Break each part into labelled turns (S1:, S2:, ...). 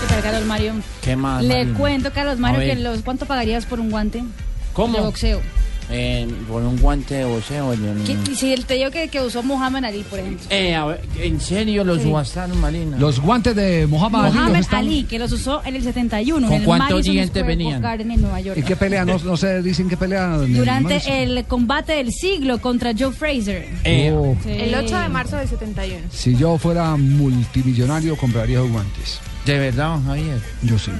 S1: ¿Qué tal, Carlos Mario?
S2: ¿Qué más?
S1: Le
S2: Marina?
S1: cuento, Carlos Mario,
S2: Ah, A ver.
S1: que los, ¿cuánto pagarías por un guante de
S2: ¿Cómo?
S1: boxeo?
S2: Eh, por un guante de boxeo. yo no-
S1: ¿Qué- Si el tello que, que usó Muhammad Ali, por ejemplo.
S2: Eh, a ver, ¿En serio los subastaron, Marina?
S3: Los guantes de Muhammad Ali.
S1: Muhammad
S3: los están-
S1: Ali, que los usó en el 71,
S2: ¿Con
S1: en el
S2: cuántos
S1: Madison
S2: dientes
S1: Square
S2: venían?
S1: Garden en Nueva
S3: ¿Y
S1: York.
S3: qué pelea? No, no se dicen qué pelea. en el Madison.
S1: Durante el combate del siglo contra Joe Fraser.
S2: Eh,
S3: Oh,
S4: El 8 de marzo del 71.
S3: si yo fuera multimillonario, compraría los guantes.
S2: ¿De verdad, don Javier?
S3: Yo sí.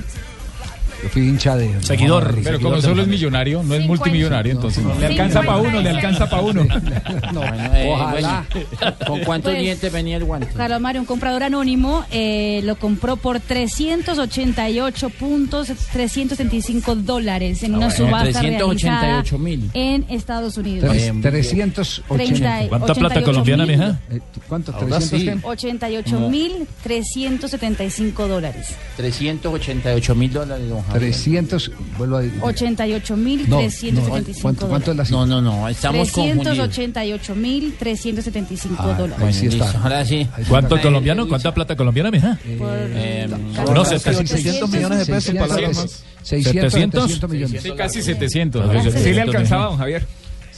S3: Yo fui hincha de. Muhammad
S5: Seguidor.
S3: Ali.
S6: Pero como solo es millonario, no es multimillonario, entonces no.
S4: Le alcanza pa' uno, le alcanza
S6: para uno.
S3: No,
S2: Bueno, eh,
S3: ojalá.
S2: bueno, ¿Con cuántos
S1: Pues-
S2: dientes venía el guante?
S1: Carlos Mario, un comprador anónimo, eh, lo compró por 388.375 dólares en una
S2: Ah, bueno,
S1: subasta
S2: 388.000.
S1: realizada en Estados Unidos.
S3: Tres-
S2: Eh, muy bien.
S3: 380.
S5: ¿Cuánta plata
S1: 88.000.
S5: colombiana, mija?
S3: Eh, ¿tú- ¿Cuánto?
S2: Ahora
S3: 300
S2: sí.
S3: qué?
S1: 88.375 dólares.
S2: 388 mil dólares, don Javier.
S3: 300. Vuelvo a decir.
S1: 88.375
S3: ¿Cuánto, cuánto es
S1: dólares.
S3: la cifra?
S2: No, no, no, estamos confundidos.
S1: 388.375
S3: Ah,
S1: dólares.
S3: ahí sí
S2: Listo,
S3: está.
S2: Ahora sí.
S3: Ahí sí
S5: ¿Cuánto
S3: está.
S5: colombiano? ¿Cuánta plata colombiana, mija?
S1: Por,
S2: Eh,
S1: casi
S5: no,
S1: casi
S5: 700
S3: 600
S5: millones de pesos,
S3: 600,
S5: palabras.
S3: 600,
S5: 700.
S3: 700 millones.
S6: Sí, casi 700.
S5: Ah, sí,
S6: Sí le
S5: 700,
S6: alcanzaba,
S5: ¿no?
S6: don Javier.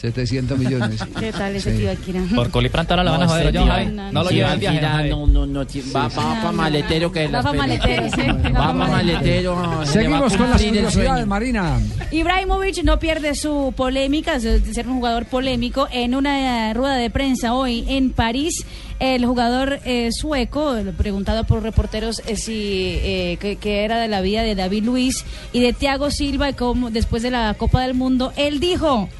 S3: 700 millones.
S1: ¿Qué tal ese
S3: Sí.
S1: tío Akira?
S7: Coliprántara la van a
S2: No,
S7: joder
S2: este
S7: yo,
S2: tío-
S7: Javi.
S1: no,
S7: No lo
S2: Sí,
S7: llevan
S2: Akira,
S7: viaje, Javi.
S2: No, no, no. ti- Va para maletero que
S1: Va
S2: las
S1: pa'
S2: pelis.
S1: maletero, sí.
S2: Va
S1: Va
S2: para
S1: pa' maletero.
S2: maletero. se le va a
S3: Seguimos con las
S2: cumplir el
S3: curiosidades,
S2: sueño.
S3: Marina.
S1: Ibrahimovic no pierde su polémica, de ser un jugador polémico. En una eh, rueda de prensa hoy en París, el jugador eh, sueco, preguntado por reporteros eh, si eh, que, que era de la vida de David Luis y de Thiago Silva y cómo- después de la Copa del Mundo, él dijo.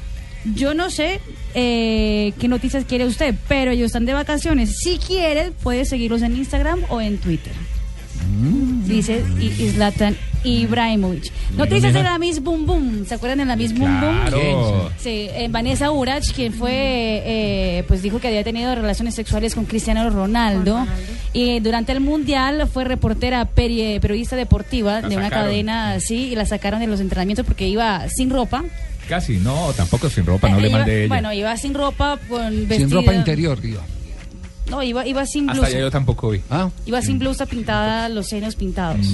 S1: Yo no sé eh, qué noticias quiere usted, pero ellos están de vacaciones. Si quiere, puede seguirlos en Instagram o en Twitter dice I- Zlatan Ibrahimovic. Noticias de la Miss Boom Boom. ¿Se acuerdan de la Miss Boom Boom?
S6: Claro.
S1: Sí, eh, Vanessa Urach, quien fue, eh, pues dijo que había tenido relaciones sexuales con Cristiano Ronaldo. Y durante el Mundial fue reportera, peri- eh, periodista deportiva
S6: La
S1: de una
S6: sacaron.
S1: cadena así y la sacaron de los entrenamientos porque iba sin ropa.
S6: Casi, no, tampoco sin ropa, no
S1: Eh,
S6: le
S1: iba-
S6: mandé ella.
S1: Bueno, iba sin ropa, con vestido.
S3: Sin ropa interior, digo.
S1: No, iba, iba sin
S6: Hasta
S1: blusa.
S6: allá yo tampoco vi.
S3: ¿Ah?
S1: Iba sin blusa pintada, los senos pintados.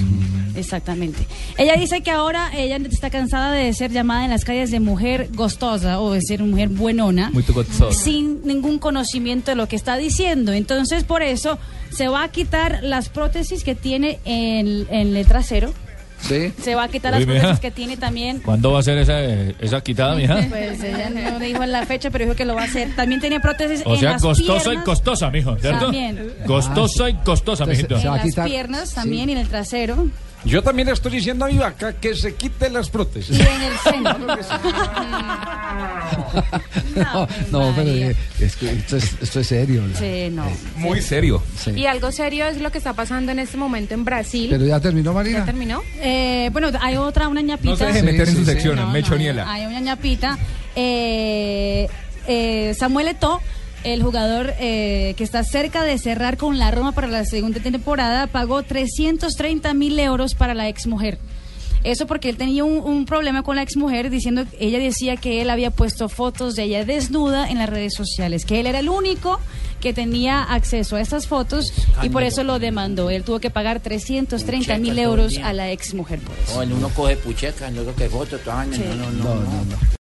S1: Exactamente. Ella dice que ahora ella está cansada de ser llamada en las calles de mujer gostosa o de ser mujer buenona.
S6: Muy gozoso.
S1: sin ningún conocimiento de lo que está diciendo. Entonces, por eso se va a quitar las prótesis que tiene en, en el trasero.
S3: Sí.
S1: Se va a quitar
S5: Uy,
S1: las
S5: mija.
S1: prótesis que tiene también.
S5: ¿Cuándo va a ser esa, eh, esa quitada, mija?
S1: Pues ella no dijo en la fecha, pero dijo que lo va a hacer. También tenía prótesis
S5: O
S1: en
S5: sea,
S1: las
S5: costosa y
S1: piernas.
S5: costosa, mijo, ¿cierto?
S1: También.
S5: Costosa y costosa,
S3: Entonces,
S5: mijito.
S3: se va a
S1: En las
S3: quitar.
S1: piernas
S3: Sí.
S1: también y en el trasero.
S8: Yo también le estoy diciendo a mi vaca que se quite las prótesis.
S1: Y en el seno.
S3: no, no, pero eh, es que esto, es, esto es serio. la-
S1: Sí, no.
S6: Muy serio.
S3: sí.
S4: Y algo serio es lo que está pasando en este momento en Brasil.
S3: Pero ya terminó,
S4: ¿Ya
S3: Marina.
S4: terminó?
S1: Eh, bueno, hay otra, una ñapita.
S6: No se deje
S3: Sí,
S6: meter en
S3: sí,
S6: sus
S3: sí.
S6: secciones,
S1: No, no,
S6: Mechoniela.
S1: Hay una ñapita. Eh, eh, Samuel Eto'o, el jugador eh, que está cerca de cerrar con la Roma para la segunda temporada, pagó 330 mil euros para la exmujer. Eso porque él tenía un, un problema con la exmujer, diciendo, ella decía que él había puesto fotos de ella desnuda en las redes sociales, que él era el único que tenía acceso a estas fotos y por eso lo demandó. Él tuvo que pagar 330 mil euros a la exmujer por eso.
S2: O el uno coge pucheca, el otro que voto, todo año. No, no, no. no.